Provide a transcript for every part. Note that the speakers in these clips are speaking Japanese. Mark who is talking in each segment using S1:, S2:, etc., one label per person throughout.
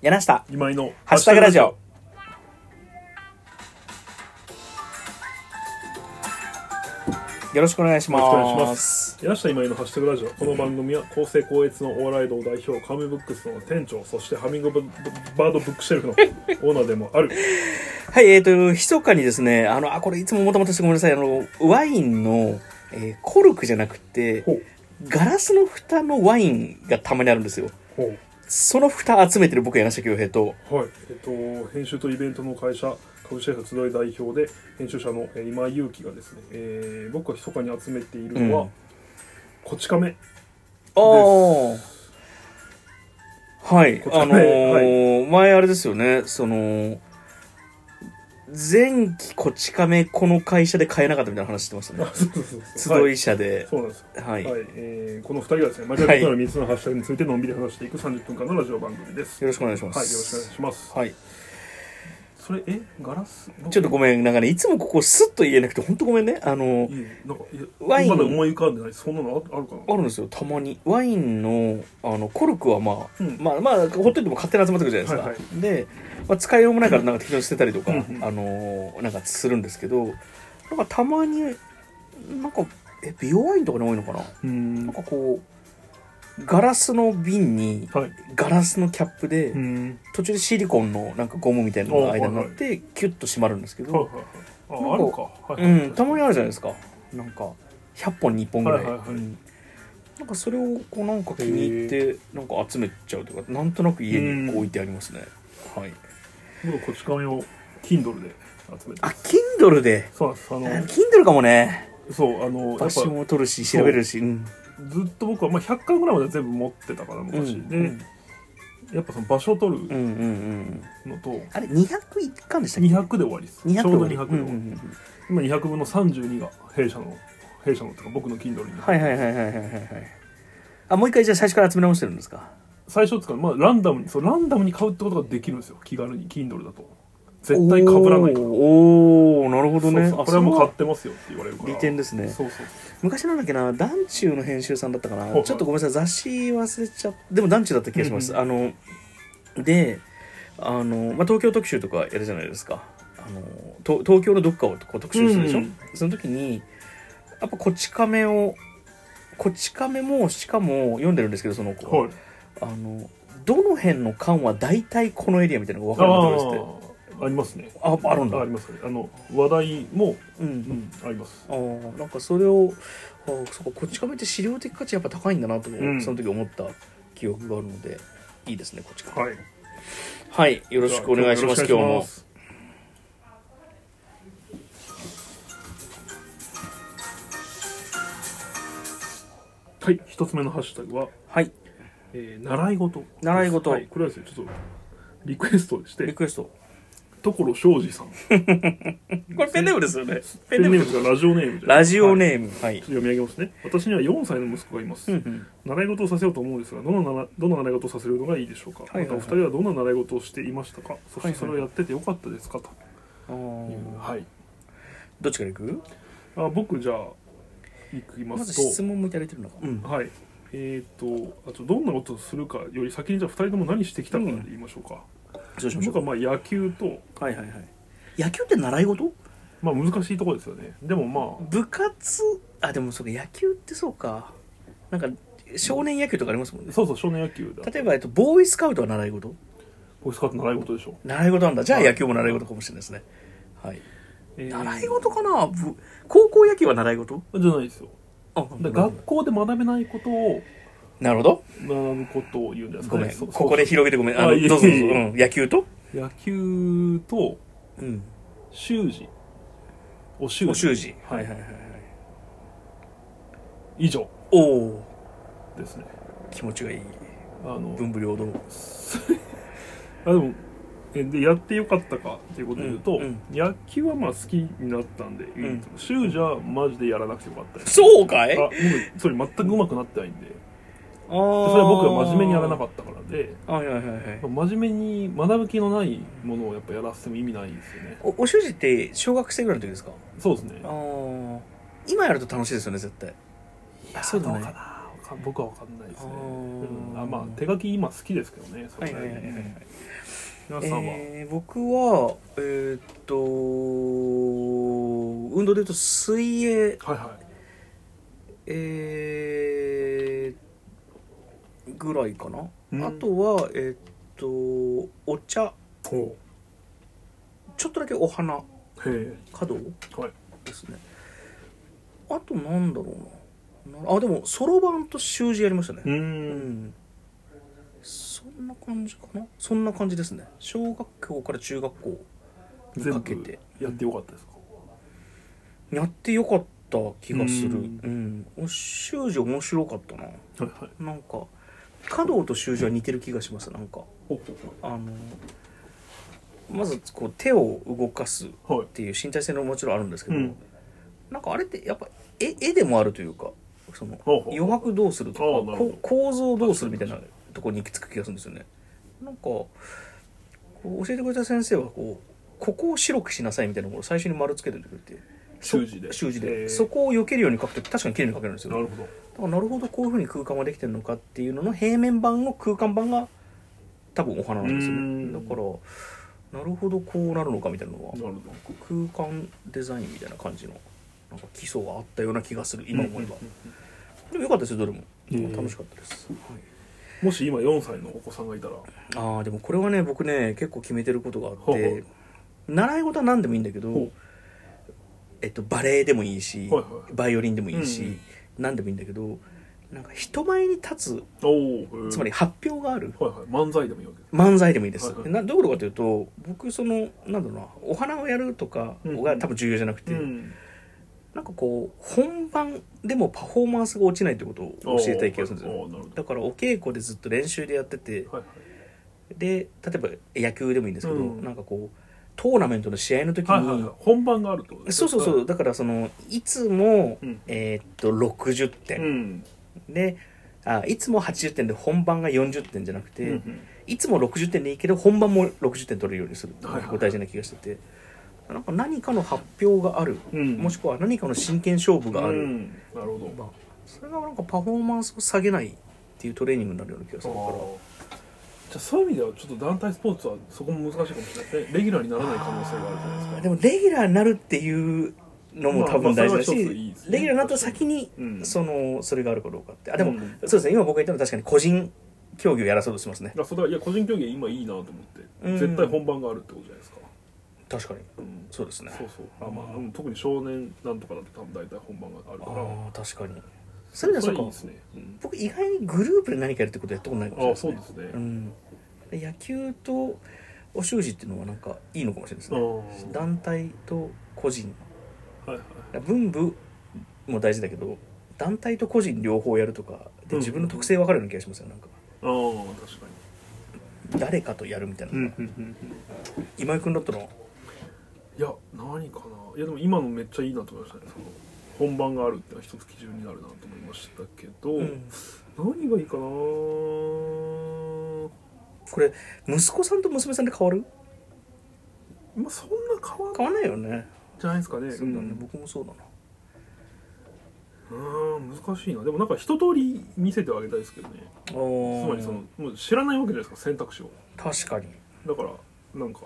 S1: 柳下、
S2: 今井の
S1: ハッシュタグラジオ。よろしくお願いし
S2: よろしくお願いし
S1: ま。
S2: ます柳下今井のハッシュタグラジオこの番組は厚生高越のお笑い道代表カムブックスの店長そしてハミングババードブックシェルフのオーナーでも ある
S1: はい、えっ、ー、と、ひそかにですね、あの、あ、これいつももともとしてごめんなさい、あの、ワインの、えーコルクじゃなくて、
S2: ほう
S1: ガラスの蓋のワインがたまにあるんですよ。
S2: ほ
S1: その蓋集めてる僕、柳下恭平と、
S2: うはいえっと編集とイベントの会社株式会社集い代表で編集者のえー今井祐希がですね、えー僕が密かに集めているのは、
S1: うん
S2: こち亀
S1: ああ。はい
S2: こ。ちら
S1: あのー前あれですよね、その、前期こち亀この会社で買えなかったみたいな話してましたね。
S2: あそうそうそうそうは
S1: 集い社で。
S2: そうなんです
S1: はい。
S2: は
S1: よ
S2: いえーこの2人がですね毎回異なる3つのハッシュタグについてのんびり話していく30分間のラジオ番組です、
S1: ろしくお願いしま
S2: はい、よろしくお
S1: す。
S2: 願いします。
S1: はい。
S2: それ、え、ガラス
S1: ちょっとごめん、なんかね、いつもここスッと言えなくて、ほんとごめんね。あの
S2: い、いえなんか、いや
S1: ワイン
S2: まだ思い浮かんでない。そんなのああるかな
S1: あるんですよ、たまに。ワインの、あの、コルクはまあ、
S2: うん
S1: まあまあ、ほっといても勝手に集まってくるじゃないですか。
S2: はいは
S1: で、まあ、使いようもないからなんか適当に捨てたりとか、
S2: うんうん
S1: あのーなんかするんですけど、なんかたまに、なんか、え、美容ワインとかに多いのかな
S2: うーん。
S1: なん
S2: は
S1: かこう、ガラスの瓶に、
S2: い。
S1: ガラスのキャップで、
S2: うーん。
S1: 途中でシリコンのなんかゴムみたいなのが間になって、キュッと締まるんですけど、
S2: はいはいはい。あ、あ
S1: なん
S2: る
S1: か
S2: か。は
S1: う
S2: いはい。
S1: ん、たまにあるじゃないですか。なんか、100本に1本ぐらい。
S2: はいはいはい
S1: うんなんかそれをこうなんか気に入って、なんか集めちゃうというか、なんとなく家にこう置いてありますね。はい。
S2: 僕こち亀を Kindle で集めて
S1: あ
S2: ます。、
S1: Kindle で。
S2: そうなんです。あ
S1: あ
S2: の、
S1: Kindle かもね。
S2: そう、あの、
S1: 場
S2: やっぱ
S1: 所も取るし、調べれるし。うん。
S2: ずっと僕は、まあ、100巻ぐらいまで全部持ってたから、
S1: うん
S2: 昔。で、やっぱその場所を取
S1: うん
S2: る
S1: うんうん。
S2: のと、
S1: あれ、201巻でしたっけ
S2: 200で終わりです。ちょうど200で終わり。
S1: り。
S2: 今200分の32が弊社の、弊社のっていうか僕の Kindle に。
S1: はいはいはいはいはいはいはい。あ、もう一回じゃあ最初から集め直してるんですか
S2: 最初っつうか、まあ、ランダムにそうランダムに買うってことができるんですよ気軽に Kindle だと絶対被らないから
S1: おーおーなるほどね。
S2: そうそう
S1: あ
S2: これはもう買っ
S1: そ
S2: てますよって言われるか
S1: れ
S2: ら
S1: は利点ですね。
S2: そうそう
S1: 昔なんだっけな、団中の編集さんだったかな、
S2: いはい
S1: ちょっとごめんなさい、雑誌忘れちゃっでも団中だった気がします。
S2: うん
S1: あの、で、あの、まあ、東京特集とかやるじゃないですか。あの、と東京のどっかをこう特集するでしょ、
S2: うんうん
S1: その時に、やっぱこち亀を、こち亀も、しかも読んでるんですけど、その子、
S2: はい
S1: あの、どの辺の巻は大体このエリアみたいなのが分かるんだって
S2: ああありますね
S1: ああるんだ
S2: ありますねあの話題も、
S1: 言われて
S2: う
S1: て。うん。
S2: ん、あります
S1: あーなんかそれをあーそっかこっち亀って資料的価値やっぱ高いんだなと、
S2: ん
S1: その時思った記憶があるのでいいですねこっち亀
S2: はいよ
S1: はい、よろしくお願いします今日も
S2: はい一つ目のハッシュタグは
S1: はい
S2: えー習い事です
S1: 習い事
S2: はい、これはですねちょっとリクエストでし
S1: リ
S2: て
S1: クエスト
S2: 所庄 司さん
S1: これペンネームですよね
S2: ペ
S1: ペ
S2: ン
S1: ンネーム
S2: ネームですがラジオネームで
S1: ラジオ
S2: はい
S1: ネームはい、
S2: ちょっと読み上げますね私には4歳の息子がいます、
S1: うん
S2: 習い事をさせようと思うんですがどのならどの習い事をさせるのがいいでしょう
S1: い
S2: か、
S1: はいはい
S2: またお二人はどんな習い事をしていましたかそし
S1: は
S2: て
S1: い
S2: それをやっててよかったですかと
S1: うん、
S2: いう
S1: あー
S2: はい、
S1: どっちからいく
S2: あ僕じゃあいきま
S1: まず
S2: す
S1: 質
S2: と、
S1: 問もいただいてるのか、うん、
S2: はいえっ、とあとどんなことをするかより先にじゃあ2人とも何してきたかで言いましょうか、
S1: そうしましょ
S2: 僕
S1: う
S2: はまあ野球と、
S1: はいはいはい野球って習い事
S2: まあ、難しいところですよねでもまあ
S1: 部活あでもそうか野球ってそうかなんか少年野球とかありますもんね
S2: そうそう少年野球だ
S1: 例えば、えっと、ボーイスカウトは習い事
S2: ボーイスカウト習い事でしょ、
S1: 習い事なんだじゃあ
S2: はい
S1: 野球も習い事かもしれないですね、はい、
S2: えー
S1: 習い事かなぶ高校野球は習い事
S2: じゃないですよ
S1: あ
S2: だから学校で学べないことを
S1: なるほど
S2: 学ぶことを言うんじゃないですか
S1: ご
S2: ね、
S1: めん
S2: そ
S1: こ
S2: う
S1: こで広げてごめんあ
S2: あ
S1: の
S2: いえ
S1: どうぞどうぞ、
S2: いえいえ
S1: うん、野球と、
S2: 野球と
S1: うん、
S2: 習字お習
S1: お
S2: 字
S1: 習字
S2: はい
S1: はいはい
S2: 以上
S1: おお
S2: ですね
S1: 気持ちがいい
S2: あの
S1: 文武両道
S2: あでもえでやってよかったかっていうことで言うと、
S1: うんうん
S2: 野球はまあ好きになったんで、
S1: ん
S2: 習字はマジでやらなくてよかったです
S1: そうかい
S2: あ僕それ全く上手くなってないんで
S1: それは
S2: それは僕が真面目にやらな
S1: か
S2: かったからで
S1: ったはいはいはいはい
S2: 真面目に学ぶ気のないものをやっぱやらせても意味ないですよね
S1: おお習字って小学生ぐらいの時ですか
S2: そうですね
S1: ああ今やると楽しいですよね絶対あそうだね
S2: どうかなか僕は分かんないですね
S1: あー
S2: うんあまあ手書き今好きですけどねそ
S1: は
S2: れ
S1: いはいはいはいはい
S2: 皆さんは、
S1: えー僕はえーっと運動で言うと水泳
S2: はいは
S1: えーぐらいかな、
S2: うん
S1: あとはえーっとお茶
S2: いおう
S1: ちょっとだけお花
S2: へえ
S1: 華道
S2: はい
S1: ですねあとなんだろうななあでもそろばんと習字やりましたね
S2: うー
S1: うんんそんな感じかなそんな感じですね小学校から中学校にか
S2: 全
S1: け
S2: 部
S1: て
S2: やってよかったですか
S1: やってよかった気がするう
S2: うん
S1: ん、お習字面白かったな
S2: はいはい
S1: なんか華道と習字は似てる気がしますなんか
S2: ほうほう
S1: あのまずこう手を動かすっ
S2: ほうはい
S1: ていう身体性のもちろんあるんですけど、
S2: うん
S1: なんかあれってやっぱ絵絵でもあるというかその
S2: ほうほう
S1: 余白どうするとか
S2: ああなるほど
S1: こ構造をどうするみたいなところに行き着く気がするんですよね。なんかこう教えてくれた先生はこうここを白くしなさいみたいなところを最初に丸つけてくれてそ
S2: 習字で
S1: 習字
S2: へ
S1: で
S2: え
S1: そこを避けるように書くと確かに綺麗に書けるんですよ。
S2: なるほど
S1: だからなるほどこういうふうに空間ができてるのかっていうのの平面版の空間版が多分お花なんですよ
S2: う
S1: ね
S2: ん
S1: だからなるほどこうなるのかみたいなのは
S2: なるほど
S1: 空間デザインみたいな感じのなんか基礎があったような気がする今思えば、
S2: うんうんうん
S1: でもよかったですよどれも、
S2: うん
S1: 楽しかったです、
S2: うんもし今4歳のお子さんがいたら
S1: ああでもこれはね僕ね結構決めてることがあって
S2: ほうほう
S1: 習い事は何でもいいんだけど、
S2: ほう
S1: えっと、バレエでもいいし、
S2: はいはい
S1: バイオリンでもいいし、
S2: うん
S1: 何でもいいんだけどなんか人前に立
S2: おお
S1: つつまり発表がある、
S2: はいはい漫才でもいいわけで
S1: 漫才でもいいです、
S2: はいはい
S1: でなどういうことかというと僕そのなんだろうなお花をやるとか
S2: うん
S1: が多分重要じゃなくて、
S2: すうん
S1: なんかこう本番でもパフォーマンスが落ちないってことを教えたい気がするんです
S2: お
S1: よ
S2: ーなるほ
S1: だからお稽古でずっと練習でやってて
S2: どはいはい
S1: で例えば野球でもいいんですけど、
S2: うん
S1: なんかこうトーナメントの試合の時に、
S2: はいはいはい、本番があるってこと。
S1: そうそうそううだからそのいつも、
S2: うん
S1: えーっと60
S2: う
S1: 点、
S2: ん。
S1: であいつも80点で本番が40点じゃなくて、
S2: うん
S1: いつも60点でいいけど本番も60点取れるようにするって
S2: はいはい
S1: 大事な気がしててなんか何かの発表がある、
S2: うん
S1: もしくは何かの真剣勝負がある、
S2: うんなるほ
S1: まあ、それがなんかパフォーマンスを下げないっていうトレーニングになるような気がするから
S2: ど。じゃあそういう意味ではちょっと団体スポーツはそこも難しいかもしれないですね。レギュラーにならない可能性があるじゃないです
S1: あ
S2: か。
S1: ーでもレギュラーになるっていうのも多分大事だし、
S2: まあまあそれは一ついいですね
S1: レギュラーになった先に、
S2: うん
S1: そのそれがあるかどうかってあでも、
S2: うん
S1: そうですね今僕が言ったのは確かに個人競技をやらそうとしてますね
S2: いやそれはいや個人競技今いいなと思って、
S1: うん
S2: 絶対本番があるってことじゃないですか。
S1: 確かに
S2: うん
S1: そうですね
S2: そうそう。あまあ、うん特に少年なんとかだと多分大体本番がある
S1: あ
S2: から。
S1: ー確かにそれではそう
S2: い
S1: か
S2: いですね。うん
S1: 僕意外にグループで何かやるってことやったことないかもしれ
S2: あ
S1: ない
S2: あ
S1: です
S2: そう
S1: ね
S2: ですね。
S1: うん、野球とお習字っていうのはなんかいいのかもしれないです
S2: あ
S1: ね
S2: ー
S1: 団体と個人
S2: はいはい。
S1: 文部も大事だけど団体と個人両方やるとかで
S2: うん
S1: 自分の特性分かるような気がしますよなんか
S2: ああ確か
S1: 誰かとやるみたいな
S2: に。
S1: のが、
S2: うんうんうん。
S1: 今井君だったら
S2: いや何かないやでも今のめっちゃいいなと思いましたねその本番があるっていうのは一つ基準になるなと思いましたけど、
S1: うん
S2: 何がいいかな
S1: これ息子さんと娘さんで変わる
S2: まあそんな変わん
S1: 変わんないよね
S2: じゃないですかね
S1: そうだね、僕もそうだな
S2: うんうーん難しいなでもなんか一通り見せてあげたいですけどね
S1: つ
S2: つまりそのもう知らないわけじゃないですか選択肢を
S1: 確かに
S2: だからなんか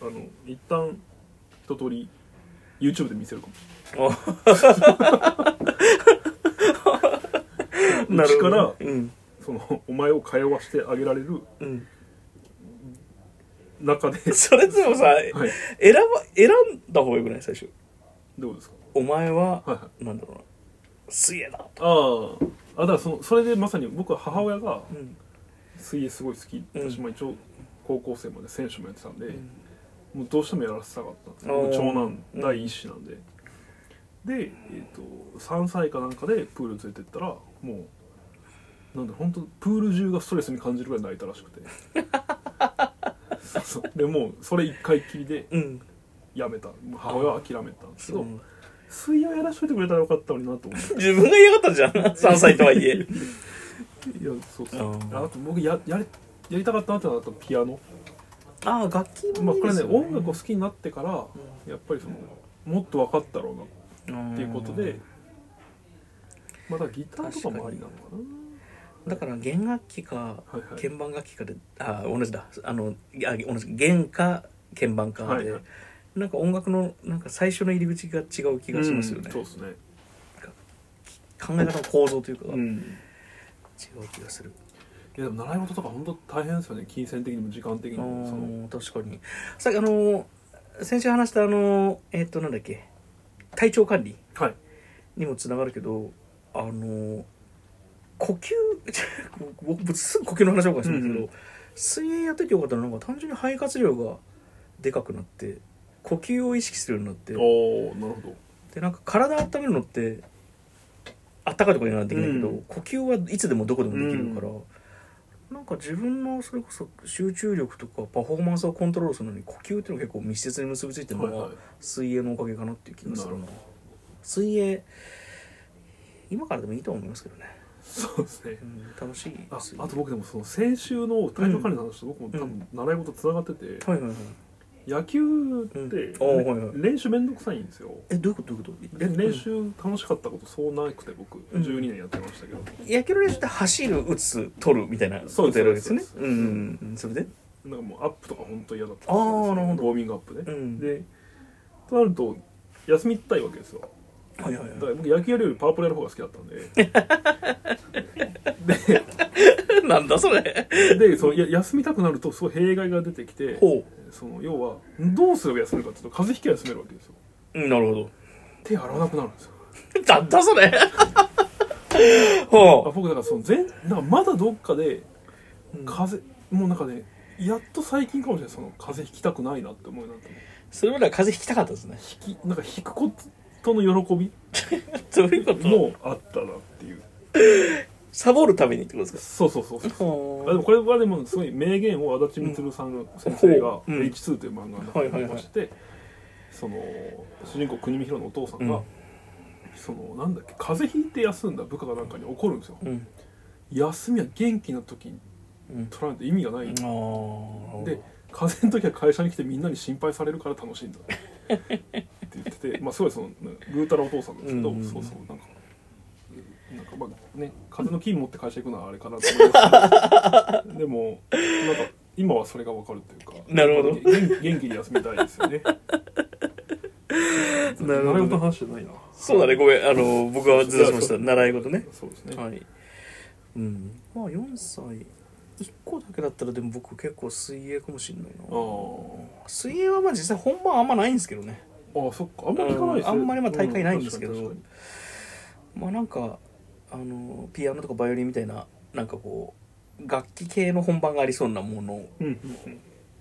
S2: あの一旦一通り YouTube で見せるかもしれない
S1: な
S2: うちから
S1: うん
S2: そのお前を通わしてあげられる
S1: うん
S2: 中で
S1: それでもさ、
S2: はい
S1: 選ば選んだ方がよくない最初
S2: どうですか
S1: お前は、
S2: はいは
S1: なんだろうな水泳だ
S2: あああだからそのそれでまさに僕は母親が
S1: うん
S2: 水泳すごい好き、
S1: うん
S2: 私も一応高校生まで選手もやってたんで、もうどうしてもやらせたかったんですよ
S1: おー
S2: 長男第一子なんで、で、えー、と3歳かなんかでプール連れてったらもうなんだ本当プール中がストレスに感じるぐらい泣いたらし くてそうそうでもうそれ一回きりで
S1: うん
S2: やめたもう母親は諦めたんですけど、
S1: うん
S2: 水泳やらしといてくれたらよかったのになと思って
S1: 自分が嫌がったじゃん 3歳とはいえ
S2: いやそうそう
S1: あー
S2: あと僕ややりやりたかったなってのはあとピアノ、
S1: ああ楽器
S2: ま
S1: も
S2: あ、
S1: いい
S2: これ
S1: です
S2: ね
S1: よ
S2: 音楽を好きになってから、やっぱりそのもっと分かったろうな
S1: うん
S2: っていうことで、まあだからギターとかもありなのか
S1: だから弦楽器か
S2: はいはい
S1: 鍵盤楽器かで、あ同じだあのあ同じ弦か鍵盤か
S2: な
S1: で、
S2: はいはい
S1: なんか音楽のなんか最初の入り口が違う気がしますよね、
S2: うんそうですね
S1: 考え方の構造というか、
S2: う
S1: 違うん気がする
S2: いやでも習い事とか本当大変ですよね金銭的にも時間的に
S1: あ
S2: もその
S1: ー確かにさっきあの先週話したあのえっ、となんだっけ体調管理
S2: はい
S1: にもつながるけどあの呼吸 僕すぐ呼吸の話をかもしれないけど、
S2: うんう
S1: 水泳やっててよかったのはなんか単純に肺活量がでかくなって呼吸を意識するようになって
S2: おおなるほど
S1: でなんか体温めるのってあったかいところにはできないけど、
S2: うん
S1: 呼吸はいつでもどこでもできるから、なんか自分のそれこそ集中力とかパフォーマンスをコントロールするのに呼吸っていうのが結構密接に結びついてるの
S2: は
S1: はい
S2: はい
S1: 水泳のおかげかなっていう気がするな
S2: なる
S1: 水泳今からでもいいと思いますけどね、
S2: そうですね
S1: うん、楽しい
S2: あ
S1: 水泳
S2: あと僕でもその先週の体調管理の話と僕も多分習い事つながってて、
S1: はいはいはい
S2: 野球って、
S1: うんあーはいはい
S2: 練習めんどくさいんですよ
S1: えどういうことどういうことえ
S2: 練習楽しかったことそうなくて僕
S1: うん
S2: 12年やってましたけど、
S1: 野球の練習って走る打つ取るみたいな
S2: そう
S1: こ
S2: です
S1: とやるわけですよね
S2: そ
S1: う
S2: うで
S1: んう
S2: す
S1: んうんそれで
S2: なんかもうアップとか本当嫌だった
S1: あーなるほど
S2: ウォーミングアップね、
S1: うん
S2: でとなると休みたいわけですよ
S1: はいはい
S2: だか
S1: は
S2: ら僕野球やるよりパワープロやる方が好きだったん で
S1: い なんだそれ
S2: でそのや休みたくなるとすごい弊害が出てきて
S1: ほう
S2: その要はどうすれば休めるかっていうと風邪ひきゃ休めるわけですよ
S1: うんなるほど
S2: 手洗わなくなるんですよ
S1: なんだそれ
S2: あ
S1: ほ
S2: 僕だからその全なんかまだどっかで風邪、もうなんかねやっと最近かもしれないその風邪ひきたくないなって思うようになって
S1: うそれまでは風邪ひきたかったですね
S2: 引きなんか引くことの喜び
S1: どういうこと
S2: もあったなっていう
S1: サボるためにってことですか
S2: そうそうそうそう
S1: ほ
S2: あでもこれはでもすごい名言を足立光さんが先生が
S1: ほ
S2: 「
S1: ううん
S2: H2」という漫画の中に出しててその主人公国見広のお父さん
S1: う
S2: が
S1: ん
S2: そのなんだっけ風邪ひいて休んだ部下がなんかに怒るんですよ
S1: ううん
S2: 休みは元気な時に
S1: うん
S2: 取らないと意味がない
S1: あー
S2: で風邪の時は会社に来てみんなに心配されるから 楽しいんだって言ってて、まあ、すごいそのなんかぐうたらお父さんですけど、
S1: うんうんうん
S2: そうそうなんか。なんかまあね、風邪の菌持って会社行くのはあれかなと思いますけ どでもなんか今はそれが分かるというか
S1: なるほど
S2: 元気元気に休みたいですよね
S1: なるほど
S2: 習い事の話じゃないな
S1: そうだねごめんあの僕はずらしました習い事ね
S2: そうですね、
S1: はいうんまあ4歳1個だけだったらでも僕結構水泳かもしんない
S2: あ
S1: な
S2: ー
S1: 水泳はまあ実際本番あんまないんですけどね
S2: あーそっかあんまり聞かないですね
S1: うんあんまりまあ大会ないんですけど
S2: う確かに確
S1: まあなんかあのピアノとかバイオリンみたいななんかこう楽器系の本番がありそうなもの
S2: かにうん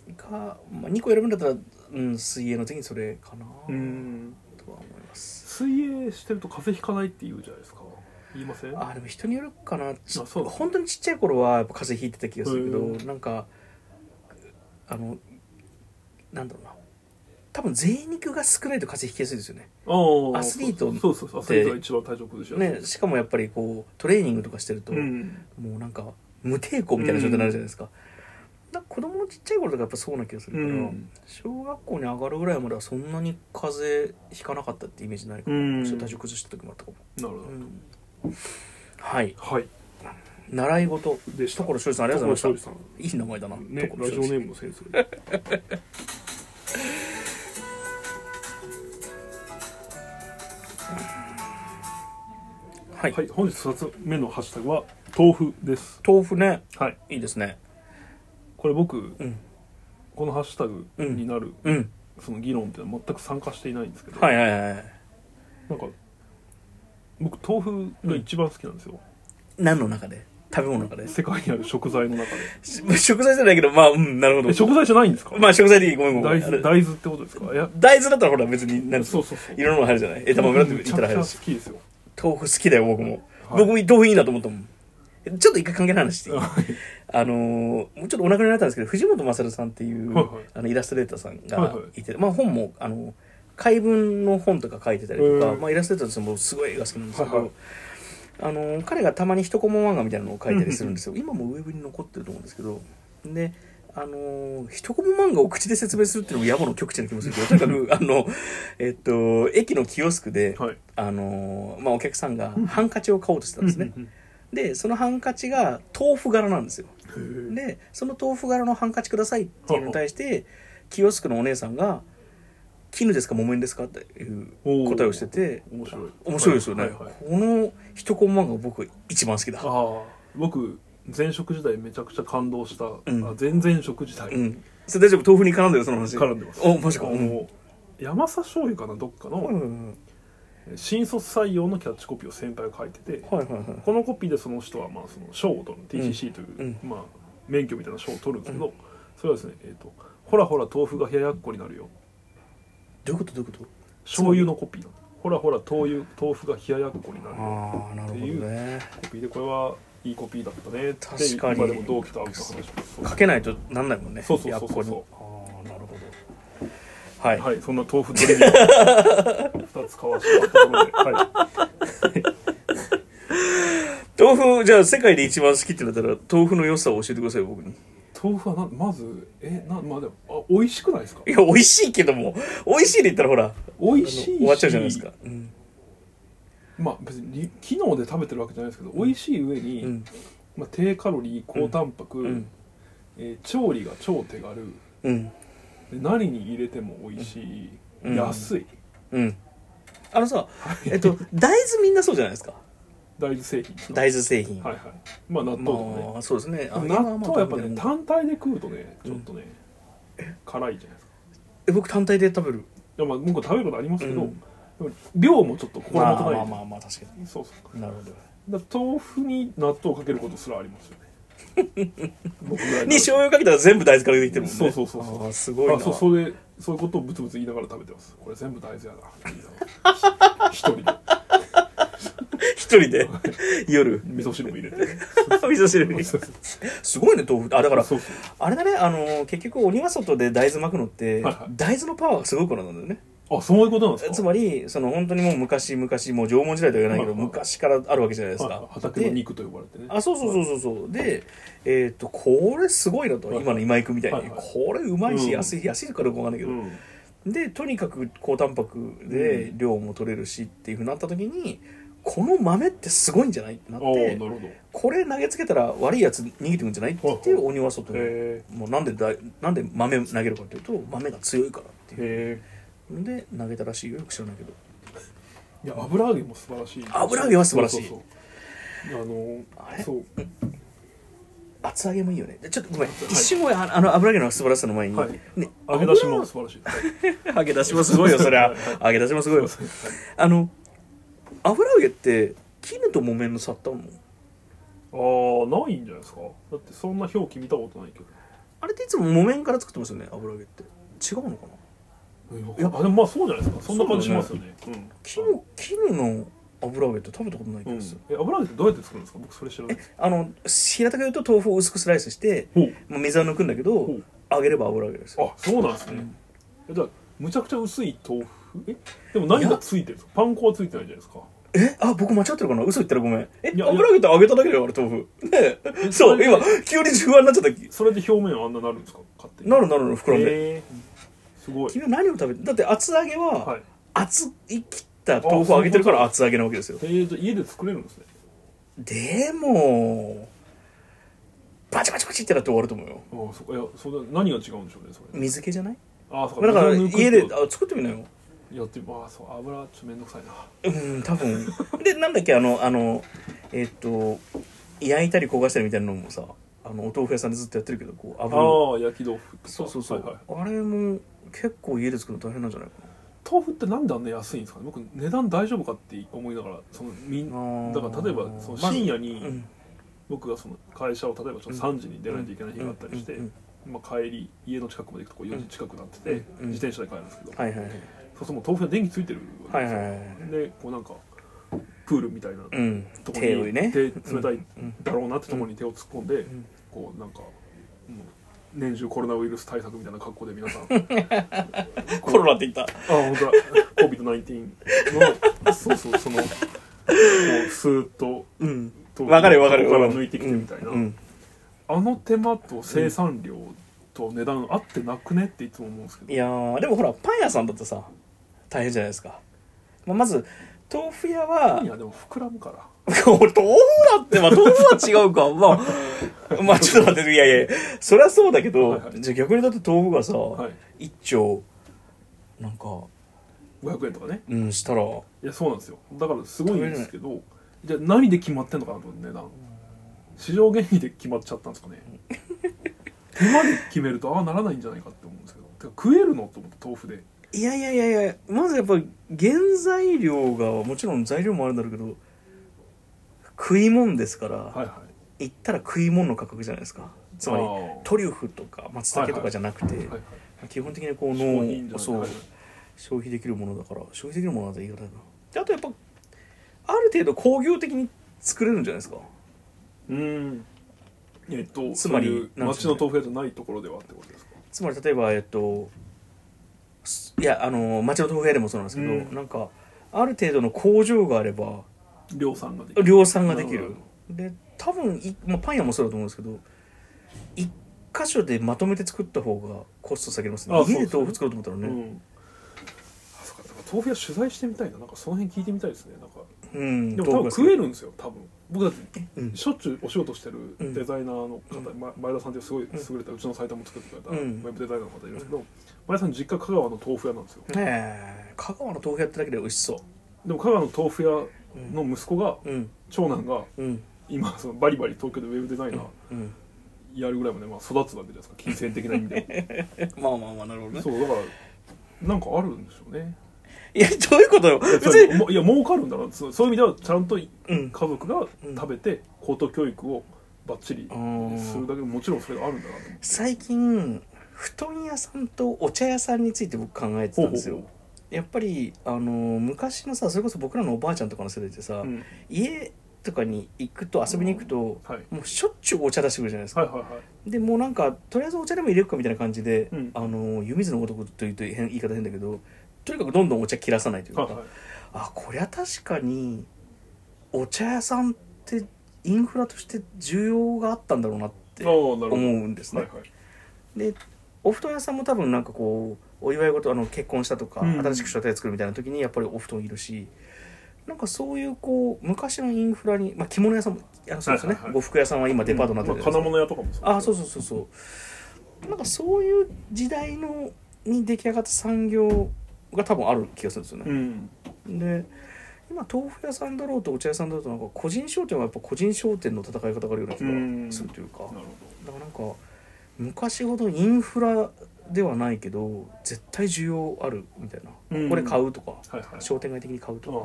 S2: うん
S1: か、まあ、2個選ぶんだったら、うん、水泳の次にそれかな
S2: うんうん
S1: とは思います、
S2: 水泳してると風邪ひかないって言うじゃないですか言いません
S1: あーでも人によるかなち
S2: あそう
S1: 本当にちっちゃい頃はやっぱ風邪ひいてた気がするけ
S2: へ
S1: ど
S2: ー
S1: なんかあのなんだろうな多分贅肉が少ないと風邪ひきやすいですよね
S2: ああ
S1: アスリート
S2: そうそうそうアスリートが一番体調崩しやすい
S1: ねしかもやっぱりこうトレーニングとかしてると、
S2: うん
S1: もうなんか無抵抗みたいな状態になるじゃないですか,、だから子供のちっちゃい頃とかやっぱそうな気がするから、
S2: うん
S1: 小学校に上がるぐらいまではそんなに風邪ひかなかったってイメージないかも、
S2: うん
S1: ちょっと体調崩した時もあったかも、
S2: なるほど
S1: うんはい
S2: はい
S1: 習い事
S2: でした
S1: 所修さんありがとうございまし
S2: 所さん
S1: たいい名前だな、
S2: ね
S1: 所
S2: ラジ
S1: 修
S2: オネ
S1: さん
S2: ームのセンスが
S1: はい、
S2: はい本日2つ目のハッシュタグは豆腐です
S1: 豆腐ね
S2: はい
S1: いいですね
S2: これ僕
S1: ん
S2: このハッシュタグになる
S1: うん
S2: その議論っていうのは全く参加していないんですけど
S1: はいはいはい
S2: なんか僕豆腐が一番好きなんですよ
S1: 何の中で食べ物の中で
S2: 世界にある食材の中
S1: し食材じゃないけどまあうんなるほ
S2: でえ
S1: ど
S2: 食材じゃないんですか
S1: まあ食材でいいごめんごめ
S2: 大
S1: んあ
S2: 豆
S1: れ
S2: 大豆ってことですかいや
S1: 大豆だったらほら別に何
S2: そうそうそう
S1: いろんなの入るじゃない枝豆だって
S2: め
S1: い
S2: ち
S1: た
S2: ゃく
S1: ら
S2: ち
S1: 入
S2: ゃ
S1: る
S2: 好
S1: し
S2: きですよ
S1: 豆腐好きだよ僕も、
S2: はい
S1: 僕も豆腐いいなと思ったもんちょっと一回関係ない話していい
S2: はい
S1: あのーもうちょっとお亡くなりになったんですけど藤本勝さんっていう、
S2: はいはい
S1: あのイラストレーターさん
S2: はい
S1: が
S2: はい
S1: いて、まあ本もあの怪文の本とか書いてたりとか、
S2: へえ
S1: まあ、イラストレーターとしてもすごい絵が好きなんですけど、
S2: はいはい
S1: あのー彼がたまに一コマ漫画みたいなのを書いたりするんですよ今もウェブに残ってると思うんですけどであのー一コマ漫画を口で説明するっていうのも野暮の極致な気もするけど、とにかく、あの、えっと、駅のキオスクで、
S2: はい
S1: あのーまあ、お客さんがハンカチを買おうとしてたんですね
S2: う。ん
S1: で、そのハンカチが豆腐柄なんですよ。
S2: うんうんへえ
S1: で、その豆腐柄のハンカチくださいっていうのに対して、キオスクのお姉さんが、絹ですか木綿ですかっていう答えをしてて、
S2: 面白い
S1: 面白いですよね。
S2: はいはいはい
S1: この一コマ漫画が僕一番好きだ。
S2: ああ僕前職時代めちゃくちゃ感動した、
S1: ん
S2: あ前々職時代、
S1: うん。それ大丈夫豆腐に絡んでるその話。
S2: 絡んでます
S1: お、マジか。
S2: あ
S1: うん。
S2: の山佐醤油かなどっか
S1: うん
S2: の
S1: うん
S2: 新卒採用のキャッチコピーを先輩が書いてて、
S1: はいはいはい。
S2: このコピーでその人はまあその賞を取る TCC という、
S1: うん
S2: まあ、免許みたいな賞を取るんですけど、それはですね、えーと「ほらほら豆腐が冷ややっこになるよ
S1: どういうことどういうこと
S2: 醤油のコピーなのほらほら豆油豆腐が冷ややっこになるよ
S1: ああ、なるほどね。
S2: コピーでこれはいいコピーだったねって
S1: 確かに
S2: 今でも同期と会うと話してます
S1: かけないとなんないもんね。
S2: そうそうそうそう
S1: やっこにああ、なるほど。はい。
S2: はいそんな豆腐ドリル2つ買わせてもらったところで、 は
S1: 豆腐、じゃあ世界で一番好きってなったら、豆腐の良さを教えてください、僕に。
S2: い、豆腐はなまずえなまあでもあ美味しくないですか
S1: いや、美味しいけども、美味しいで言ったらほら、
S2: 美味しいし
S1: 終わっちゃうじゃないですか。うん。
S2: まあ別に機能で食べてるわけじゃないですけど美味しい上に、
S1: うん。
S2: まあ、低カロリー高タンパク、
S1: うん。
S2: えー調理が超手軽
S1: うん。
S2: で何に入れても美味しい、
S1: うん
S2: 安い
S1: うん。あのさ、えっと、大豆みんなそうじゃないですか。
S2: 大豆製品
S1: 大豆製品。
S2: はいはいまあ納豆とかね
S1: まあ、そうですね。、あ
S2: でも納豆はやっぱ
S1: 今
S2: ね
S1: まあ
S2: 単体で食うとねちょっとね、辛いじゃないですか
S1: え僕単体で食べる。
S2: いやまあ僕食べることありますけど、
S1: うん
S2: でも量もちょっと心
S1: ま
S2: も
S1: あ
S2: とない、
S1: まあまあまあ、確か
S2: そうそう
S1: に。なるほど。
S2: だから豆腐に納豆をかけることすらありますよね 僕ぐらいの
S1: に醤油かけたら全部大豆から出てきてるもんね。
S2: そうそうそうそう
S1: あーすごいな。
S2: あそうそれそういうことをブツブツ言いながら食べてますこれ全部大豆やなって言いながら一人で
S1: 一人 で、夜。
S2: 味噌汁も入れてね
S1: 味噌汁に。
S2: そうそう
S1: すごいね、豆腐。あ、だから、
S2: そうそう
S1: あれだね、あのー結局、鬼は外で大豆巻くのって
S2: はいはい、
S1: 大豆のパワーがすごいことなんだよね。
S2: あそういうことなんですか
S1: つまり、その本当にもう昔々、もう縄文時代とは言わないけど、
S2: はいはい
S1: 昔からあるわけじゃないです
S2: は
S1: か。
S2: 畑の肉と呼ばれてね
S1: あ、そうそうそうそうそう。で、えっ、と、これすごいなと、
S2: はい
S1: 今の今井君みたいに、
S2: はいはい
S1: これうまいし、
S2: うん
S1: 安い、安いかどうかわかんないけど、
S2: うん
S1: で、とにかく高タンパクで
S2: う
S1: 量も取れるしっていうふうになった時に、この豆ってすごいんじゃないってなっ
S2: ああなる
S1: て
S2: ほ、ど
S1: これ投げつけたら悪いやつ逃げてくんじゃないって言って
S2: はいは
S1: 鬼は外に
S2: へ
S1: もうなんでだいなんで豆を投げるかというと豆が強いからって
S2: え
S1: い
S2: へ
S1: うので投げたらしいよよく知らないけど
S2: えいや油揚げも素晴らしい
S1: 油揚げは素晴らしい
S2: そうそうそう
S1: あ
S2: あ
S1: れ
S2: のそう
S1: 厚揚げもいいよねでちょっとごめん、
S2: はい
S1: 一瞬ごめんああの油揚げの素晴らしさの前に、
S2: はい
S1: ね、
S2: 揚げ出しも素晴らしい
S1: 油揚げ出しもすごいよそりゃ
S2: はいはい
S1: 揚げ出しもすごい よあの油揚げって絹と木綿の差ってあるの
S2: ああないんじゃないですかだってそんな表記見たことないけど
S1: あれっていつも木綿から作ってますよね油揚げって違うのかない
S2: やあでもまあそうじゃないですかそんな感じしますよねうん
S1: 絹絹の油揚げって食べたことない気
S2: うん
S1: がする、
S2: え油揚げってどうやって作るんですか僕それ知らない
S1: あの平たく言うと豆腐を薄くスライスして
S2: ほう
S1: まあ水は抜くんだけど
S2: ほう
S1: 揚げれば油揚げですよ
S2: あそうなんですね、えじゃあむちゃくちゃ薄い豆腐えでも何がついてるんですかパン粉はついてないじゃないですか
S1: えあ僕間違ってるかな嘘言ったらごめんえ
S2: いや
S1: 油揚げって揚げただけだよあれ豆腐ねえそ
S2: そうれ
S1: 今急に不安になっちゃった
S2: それで表面はあんななるんですか勝手に
S1: なるなるなる膨らんで
S2: へえすごい
S1: 君は何を食べてだって厚揚げ
S2: は
S1: は
S2: へ
S1: 厚い切った豆腐を揚げてるから厚揚げなわけですよ
S2: えじゃあ家で作れるんですね
S1: でもバチバチバチってなって終わると思うよ
S2: ああそっかいやそれ何が違うんでしょうねそれ
S1: 水気じゃない
S2: ああそっ
S1: まあだから
S2: 水を抜くって
S1: 家であ作ってみなよ
S2: やってみああそう油ちょっと面倒くさいな
S1: うん多分でなんだっけあのあのえっと焼いたり焦がしたりみたいなのもさあのお豆腐屋さんでずっとやってるけどこう油を
S2: ああ焼き豆腐とか
S1: そうそうそう、
S2: はいはい
S1: あれも結構家で作るの大変なんじゃないか
S2: 豆腐ってなんであんな安いんですかね僕値段大丈夫かって思いながらそのみ
S1: あー
S2: んだから例えばその
S1: まず
S2: 深
S1: な、
S2: 夜に
S1: ん、
S2: 僕がその会社を例えばちょっと3時に出ないといけない日があったりして、
S1: うんうん
S2: まあ、帰り家の近くまで行くとこ4時近くなってて、
S1: うん
S2: 自転車で帰るんですけど、
S1: はいはいはい
S2: そうそうもう豆腐は電気ついてるわ
S1: は
S2: け
S1: い
S2: ですよ、
S1: はいはい
S2: でこうなんかプールみたいな
S1: うん
S2: とこ
S1: 手を
S2: に、
S1: ね
S2: 手冷たい
S1: うん
S2: だろうなってところに手を突っ込んで、
S1: ん
S2: こうなんかもう年中コロナウイルス対策みたいな格好で皆さんあ
S1: コロナって言った
S2: 本当だ COVID-19 のそうそうそのこうスーッと
S1: うん
S2: 豆腐
S1: わかるよわかる
S2: こ
S1: よ
S2: こから抜いてきてみたいな、
S1: うん
S2: あの手間と生産量と値段合ってなくねっていつも思うんですけど
S1: いやーでもほらパン屋さんだとさ大変じゃないですか、まあ、まず豆腐屋は
S2: パン屋でも膨らむから
S1: 俺、豆腐だって、まあ、豆腐は違うか。まあ、まあ、ちょっと待って、いやいや、そりゃそうだけど、
S2: はいはい
S1: じゃあ逆にだって豆腐がさ、
S2: はい
S1: 一丁、なんか、
S2: 500円とかね
S1: うん、したら、
S2: いやそうなんですよだからすごいんですけどじゃあ何で決まってんのかなと思って値段市場原理で決まっちゃったんですかね手間で決めるとああならないんじゃないかって思うんですけどてか食えるのと思って豆腐で
S1: いやいやいやいや、まずやっぱり原材料が、もちろん材料もあるんだろうけど、食い物ですから、
S2: はいは
S1: 言ったら食い物の価格じゃないですか。つまり
S2: あー、
S1: トリュフとか松茸とかじゃなくて、
S2: いはいはい
S1: 基本的にこの
S2: 商品じゃない
S1: そう
S2: はい
S1: 消費できるものだから消費できるものなんて言い方だなであとやっぱある程度工業的に作れるんじゃないですか
S2: うんえっと
S1: つまり
S2: そういう
S1: なんです
S2: 町
S1: かね
S2: の豆腐屋じゃないところではってことですか
S1: つまり例えばえっとすいやあの町の豆腐屋でもそうなんですけど、
S2: うん
S1: なんかある程度の工場があれば
S2: 量産ができる
S1: 量産ができる
S2: なる
S1: で多分い、まあ、パン屋もそうだと思うんですけど一箇所でまとめて作った方がコスト下げますね
S2: あ
S1: 家
S2: そう
S1: で豆腐
S2: ですね
S1: 作ろうと思ったら
S2: う
S1: ね
S2: んあそうかだから豆腐屋取材してみたいななんかその辺聞いてみたいですねなんか
S1: うん
S2: でも多分食え
S1: る
S2: るんですよ多分僕だって
S1: うん
S2: しょっちゅうお仕事してる
S1: うん
S2: デザイナーの方、
S1: う
S2: ま前田さんっていうすごい優れたうちのサイトも作ってくれたウ
S1: うん
S2: ェブデザイナーの方いるんですけど、前田さん実家香川の豆腐屋なんですよ、
S1: ねえ香川の豆腐屋ってだけで美味しそ
S2: でも香川の豆腐屋の息子が、
S1: ううん
S2: 長男が
S1: うん
S2: 今そのバリバリ東京でウェブデザイナー
S1: うん
S2: やるぐらいまで、まあ、育つわけじゃないですか金銭的な意味で
S1: まあまあまあなるほど
S2: も
S1: ね
S2: そうだからなんかあるんでしょうね
S1: いやどういうことよ
S2: いや
S1: 別
S2: それ
S1: に
S2: もいや儲かるんだろうそうそういう意味ではちゃんと家
S1: うん
S2: 族が食べて高等教育をバッチリ
S1: うん
S2: するだけでもちろんそれがあるんだなと思って
S1: 最近布団屋さんとお茶屋さんについて僕考えてたんですよ
S2: ほうほう
S1: やっぱりあの昔のさそれこそ僕らのおばあちゃんとかの世代ってさ、
S2: うん
S1: 家とかに行くと遊びに行くと、
S2: はい
S1: もうしょっちゅうお茶出してくるじゃないですか、
S2: はいはいはい
S1: でもうなんかとりあえずお茶でも入れるかみたいな感じで、
S2: うん
S1: あの湯水のごとくというと変言い方変だけどとにかくどんどんお茶切らさないというか、
S2: はいはい
S1: あこりゃ確かにお茶屋さんってインフラとして需要があったんだろうなって
S2: ああな
S1: 思
S2: るほど
S1: うんですね、
S2: はいはい
S1: でお布団屋さんも多分なんかこうお祝い事あの結婚したとか、
S2: うん
S1: 新しく書店作るみたいな時にやっぱりお布団いるしなんかそういうこう昔のインフラに、まあ、着物屋さんもあのそうですね、
S2: はいはいはい
S1: 呉服屋さんは今デパートになってる
S2: まあ
S1: じゃないで
S2: 金
S1: すか
S2: 物屋とかも
S1: あそうそうそうそうなんかそういう時代のに出来上がった産業が多分ある気がするんですよね、
S2: うん
S1: で今豆腐屋さんだろうとお茶屋さんだろうとなんか個人商店はやっぱ個人商店の戦い方があるような気
S2: うん
S1: がするというか、
S2: なる
S1: だからなんか昔ほどインフラではないけど絶対需要あるみたいな、
S2: うん
S1: これ買うとか
S2: ほどはいはい
S1: 商店街的に買うとか、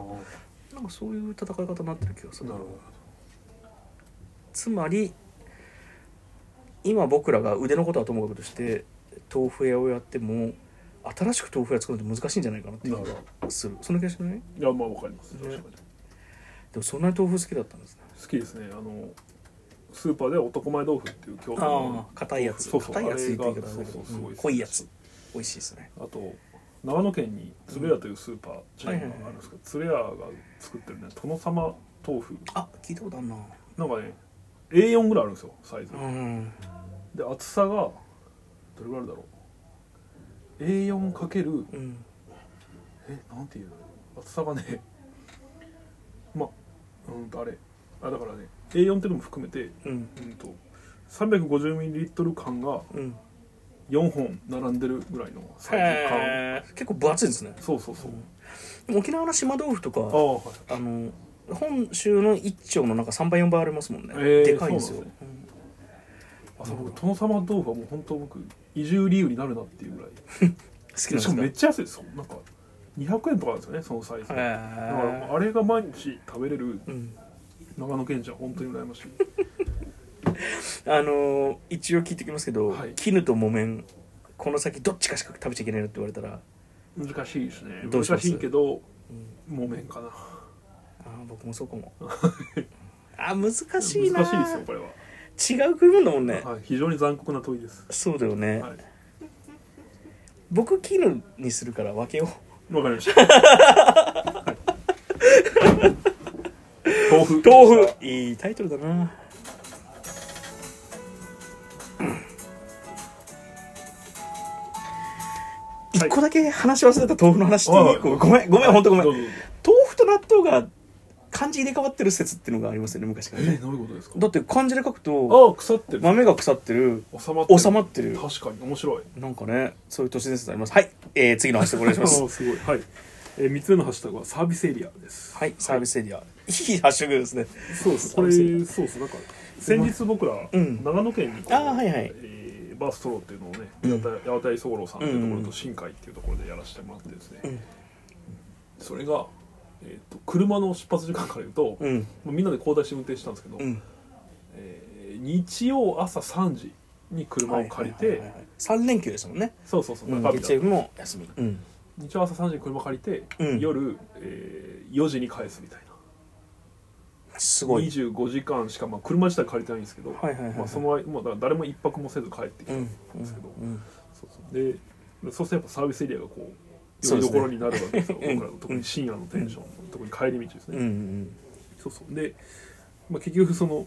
S2: あ
S1: なんかそういう戦い方になってる気がす
S2: あ
S1: る
S2: なるほ
S1: つまり今僕らが腕のことはともかくとして豆腐屋をやっても新しく豆腐屋作るのって難しいんじゃないかなって
S2: ど
S1: 気
S2: な
S1: が
S2: るほ
S1: するその気がしない
S2: どいやまあわかります
S1: ね
S2: 確かに
S1: でもそんなに豆腐好きだったんですね
S2: 好きですねあのスーパーで男前豆腐っていう京都
S1: あ
S2: の
S1: あ硬いやつ
S2: そうそう
S1: 硬いやつって言い方
S2: あ
S1: だ
S2: れが
S1: け
S2: そ
S1: ど
S2: うそうすごい
S1: 濃いやつ美味しいですね
S2: あと長野県に鶴屋というスーパーチェーンがあるんですけど鶴屋が作ってるね殿様豆腐
S1: あ聞いたことあるな
S2: なんかね A4 ぐらいあるんですよサイズ
S1: うん
S2: で厚さがどれぐらいあるだろう A4 かける
S1: うん
S2: えなんていうの厚さがね まあうんとあれあだからね A4 っていうのも含めて
S1: うん
S2: うんと 350ml 缶が
S1: うん
S2: 4本並んでるぐらいのサイズ感
S1: へー結構分厚いですね
S2: そうそうそう
S1: 沖縄の島豆腐とか
S2: ああはい
S1: あの本州の一丁のなんか3倍4倍ありますもんね、
S2: へー
S1: でかいんですよ
S2: そうなんあそう僕殿様豆腐はもう本当僕移住理由になるなっていうぐらい
S1: 好きなんで
S2: し
S1: す
S2: か
S1: か
S2: もめっちゃ安いですよなんか200円とかなんですよねそのサイズだか
S1: へ
S2: ら
S1: ー
S2: あれが毎日食べれる
S1: うん
S2: 長野県じゃ本当に羨ましい
S1: あのー一応聞いてきますけど、
S2: はい
S1: 絹と木綿この先どっちかしか食べちゃいけないのって言われたら
S2: 難しいですね
S1: どうしま
S2: 難
S1: す
S2: しいけど木綿かな
S1: あー僕もそうか もあー難しいな
S2: 難しいですよこれは、
S1: 違う食い物だもんね
S2: はい、非常に残酷な問いです
S1: そうだよね、
S2: はい
S1: 僕絹にするから分けよ
S2: わかりました、はい豆腐
S1: う豆腐いいタイトルだな一個だけ話し忘れた豆腐の話していい、
S2: はい
S1: ごめんごめん本当ごめん
S2: どう
S1: 豆
S2: ぞ
S1: 腐と納豆が漢字入れ替わってる説っていうのがありますよね昔から
S2: え
S1: ね
S2: どういうことですか
S1: だって漢字で書くと
S2: ああ腐ってる
S1: 豆が腐ってる
S2: 収まってる
S1: 収まってる
S2: 確かに面白い
S1: なんかねそういう都市伝説ありますはい、えー、次の話でお願いしま す
S2: あーすごいはい、えー、3つ目のハッシュタグはサービスエリアです
S1: はいサービスエリア、いいハッシュタグですね
S2: そうです
S1: サ
S2: こ
S1: ー
S2: れ
S1: ビスエリア
S2: そうですなんか先日僕ら、
S1: うん
S2: 長野県にこう
S1: あーはいはい
S2: えーバーストローっていうのをね、
S1: うん
S2: 八幡八幡井宗郎さんっていうと
S1: う
S2: こ
S1: ん
S2: ろ
S1: うん
S2: と新海っていうところでやらせてもらってですね、
S1: うん
S2: それが、えー、と車の出発時間から言うと、
S1: うん
S2: まあみんなで交代して運転してたんですけど、
S1: うん
S2: えー日曜朝3時に車を借りて、
S1: はいはいはいはい三連休ですもんね、
S2: そうそうそう
S1: うん、
S2: 中日
S1: 月
S2: だ
S1: 曜日も休みうん
S2: 日曜朝3時に車借りて、
S1: うん
S2: 夜、えー4時に返すみたいな
S1: すごい
S2: 25時間しか、まあ、車自体借りてないんですけど、
S1: はいはいはい
S2: まあ、その間、まあ、だから誰も一泊もせず帰ってきた
S1: うんん
S2: ですけど、
S1: うん
S2: そうそうでそうするとやっぱサービスエリアがこう
S1: そ
S2: よ
S1: う
S2: り
S1: で
S2: ど
S1: すね
S2: ころになるわけですよ
S1: うん
S2: 僕らの特に深夜のテンション、特に帰り道です
S1: うん
S2: ね、
S1: うん
S2: そうそうで、まあ、結局その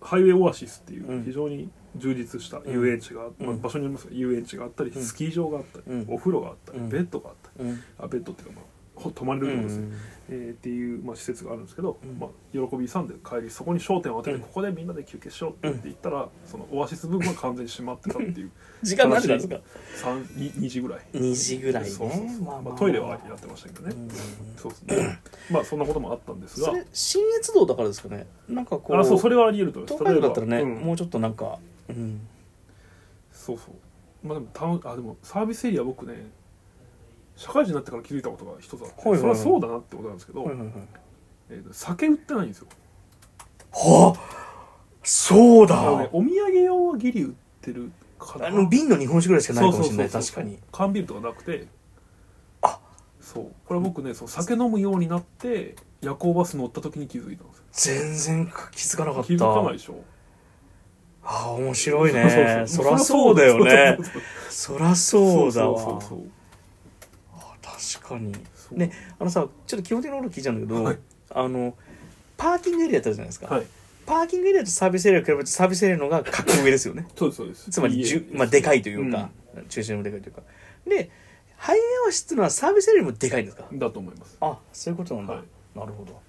S2: ハイウェイオアシスってい
S1: うん
S2: う非常に充実した遊園地が、
S1: ん
S2: まあ、場所によりますが遊園地があったり、
S1: うん
S2: スキー場があったり、
S1: うん
S2: お風呂があったり、
S1: うん
S2: ベッドがあったり
S1: うんうん
S2: あベッドっていうか、まあほ、泊まれる
S1: う
S2: ようなですね、
S1: ん
S2: えーっていう、まあ、施設があるんですけど、
S1: うん
S2: まあ、喜びさんで帰りそこに焦点を当てて、
S1: うん
S2: ここでみんなで休憩しようって言って言ったら、そのオアシス部分は完全に閉まってたっていう
S1: 時間何時なんですか
S2: 三二2時ぐらい
S1: 2時ぐらいね
S2: そうそうそう
S1: まあまあま
S2: ま
S1: あ
S2: あ、トイレはやってましたけどね、
S1: うん
S2: そうですねまあそんなこともあったんですが
S1: それ新越道だからですかねなんかこう
S2: あそうそれはあり得ると思います
S1: 東海道だったらね、
S2: 例えばうん
S1: もうちょっとなんかうん
S2: そうそうまあでもたのあでもサービスエリア僕ね社会人になってから気づいたことが一つあって、
S1: はいはい
S2: それはそうだなってことなんですけど、
S1: はいはいはい
S2: えーと酒売ってないんですよ
S1: はあそうだ
S2: あのねお土産用はギリ売ってるかな
S1: あの瓶の日本酒ぐらいしかないかもしれない
S2: そう
S1: 確
S2: そ
S1: か
S2: うそうそう
S1: に
S2: 缶ビールとかなくて
S1: あ
S2: そうこれ僕ねそう酒飲むようになって夜行バス乗った時に気づいたんですよ
S1: 全然気づかなかった
S2: 気づかないでしょ
S1: ああ面白いね
S2: う
S1: そうらそうだよね
S2: そう
S1: そらそうだわ
S2: そうそう
S1: あ確かに
S2: そう
S1: ねあのさちょっと基本的なこと聞いちゃうんだけど、
S2: はい
S1: あのパーキングエリアってあるじゃないですか、
S2: はい
S1: パーキングエリアとサービスエリアを比べてサービスエリアの方が格上ですよ ね
S2: そうですそうです
S1: つまりじゅ
S2: いいえ
S1: まあ、でかいというか、中心もでかいというかでハイエアオアシスっていうのはサービスエリアよりもでかいんですか
S2: だと思います
S1: あそういうことなんだ、
S2: は
S1: なるほど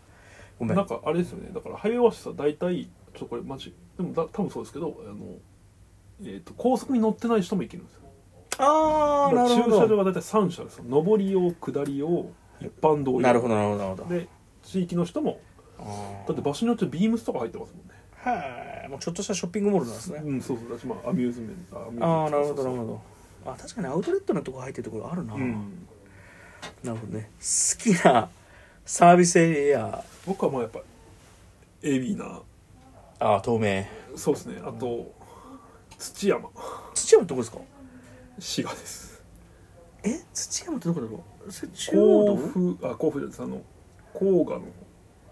S1: ごめん
S2: なんかあれですよねだからハイウェイオアシスは大体ちょっとこれマジでもだ多分そうですけどあのえー、と高速に乗ってない人も行けるんですよ
S1: ああなる
S2: だか
S1: ほ
S2: ら駐車場
S1: ど
S2: が大体3社ですよ上り用下り用一般道用
S1: なるほどなるほどなるほど
S2: で地域の人も
S1: あー
S2: だって場所によってビームスとか入ってますもんね
S1: はいもうちょっとしたショッピングモールなんですね、
S2: うん、そうそう、だし、まあ、アミューズメント。アミューズメント
S1: ああなるほど
S2: そ
S1: な
S2: う
S1: る
S2: そう
S1: ほどあ確かにアウトレットのとこ入ってるところあるな、
S2: うん、
S1: なるほどね好きなサービスエリア
S2: 僕はまあ、やっぱ。エビな。
S1: ああ透明
S2: そうですね、あと。土山。
S1: 土山ってどこですか
S2: 滋賀です。
S1: え土山ってどこだろうそれ中央
S2: 甲
S1: 道
S2: 府、あ、甲府じゃないです、あの。甲賀の。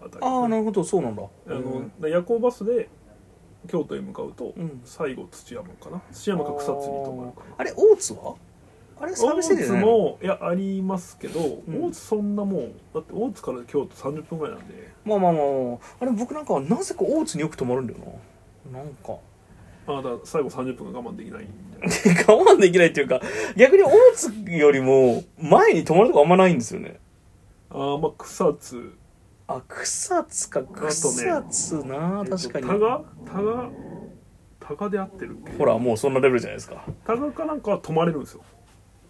S2: あたり。
S1: ああなるほどそうなんだ
S2: あの、夜行バスで。京都へ向かうと、
S1: うん
S2: 最後土山かな。土山か草津に泊まるかな。
S1: あれ大津はあれサービスエリアじゃないの
S2: もいやありますけど、
S1: ん
S2: 大津そんなもうだって大津から京都30分ぐらいなんで
S1: まあまあまあまああれ僕なんかはなぜか大津によく泊まるんだよななんか
S2: あだから最後30分が我慢できないみたいな
S1: 我慢できないっていうか逆に大津よりも前に泊まるとこあんまないんですよね
S2: ああまあ草津
S1: あ草津か草津な、確かに
S2: えっと多賀多賀多賀で合ってるっけ
S1: ほらもうそんなレベルじゃないですか
S2: 多賀かなんかは泊まれるんですよ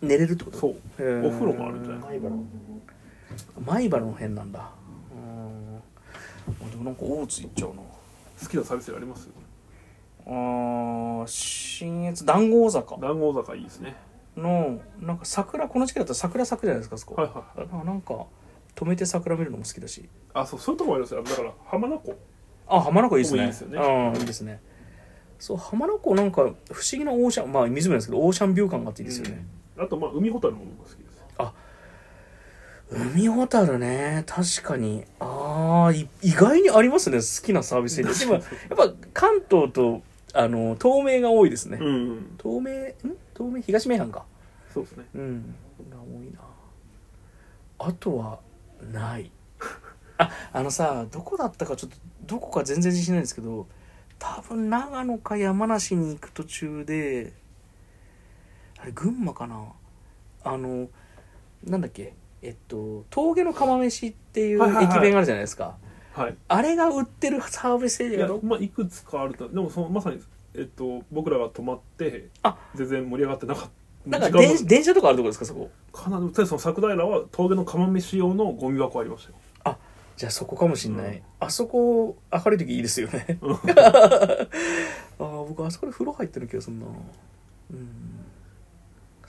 S1: 寝れるってこと
S2: そう
S1: へー
S2: お風呂もあるんじゃない
S1: 米原米原の辺なんだうんあでもなんか大津行っちゃうな
S2: 好きなサービスエリアあります
S1: あー新越談合坂
S2: 南郷坂いいですね
S1: のなんか桜この時期だったら桜咲くじゃないですかそこ、
S2: はいはい
S1: だからなんか止めて桜見るのも好きだし
S2: あそうそういうとこもありますよだから浜名湖
S1: あ浜名湖いいですね
S2: いいですよね
S1: うんいいですねそう浜名湖なんか不思議なオーシャンまあ湖なんですけどオーシャンビュー感があっていいですよね、
S2: あとまあ海ほたるも僕好きです
S1: 海ほたるね確かにああ意外にありますね好きなサービスエリアでもやっぱ関東とあの東名が多いですね、
S2: うん、うん、
S1: 東名ん東名東名阪か
S2: そうですね
S1: うん多いなあとは ないああのさどこだったかちょっとどこか全然自信ないんですけど多分長野か山梨に行く途中であれ群馬かなあのなんだっけえっと峠の釜飯っていう
S2: はいはいはい
S1: 駅弁があるじゃないですか、
S2: はい
S1: あれが売ってるサービスエ
S2: い
S1: リア
S2: や
S1: の
S2: まあいくつかあるとでもそのまさに、えっと、僕らが泊まって
S1: あ
S2: 全然盛り上がってなかっ
S1: な
S2: た
S1: んか
S2: 時間も
S1: 電電車とかあるとこですかそこ
S2: かなりその桜平は峠の釜飯用のゴミ箱ありましたよ
S1: じゃあそこかもしんない、
S2: うん
S1: あそこ明るい時いいですよね
S2: うん
S1: ああ僕あそこで風呂入ってる気がするなうん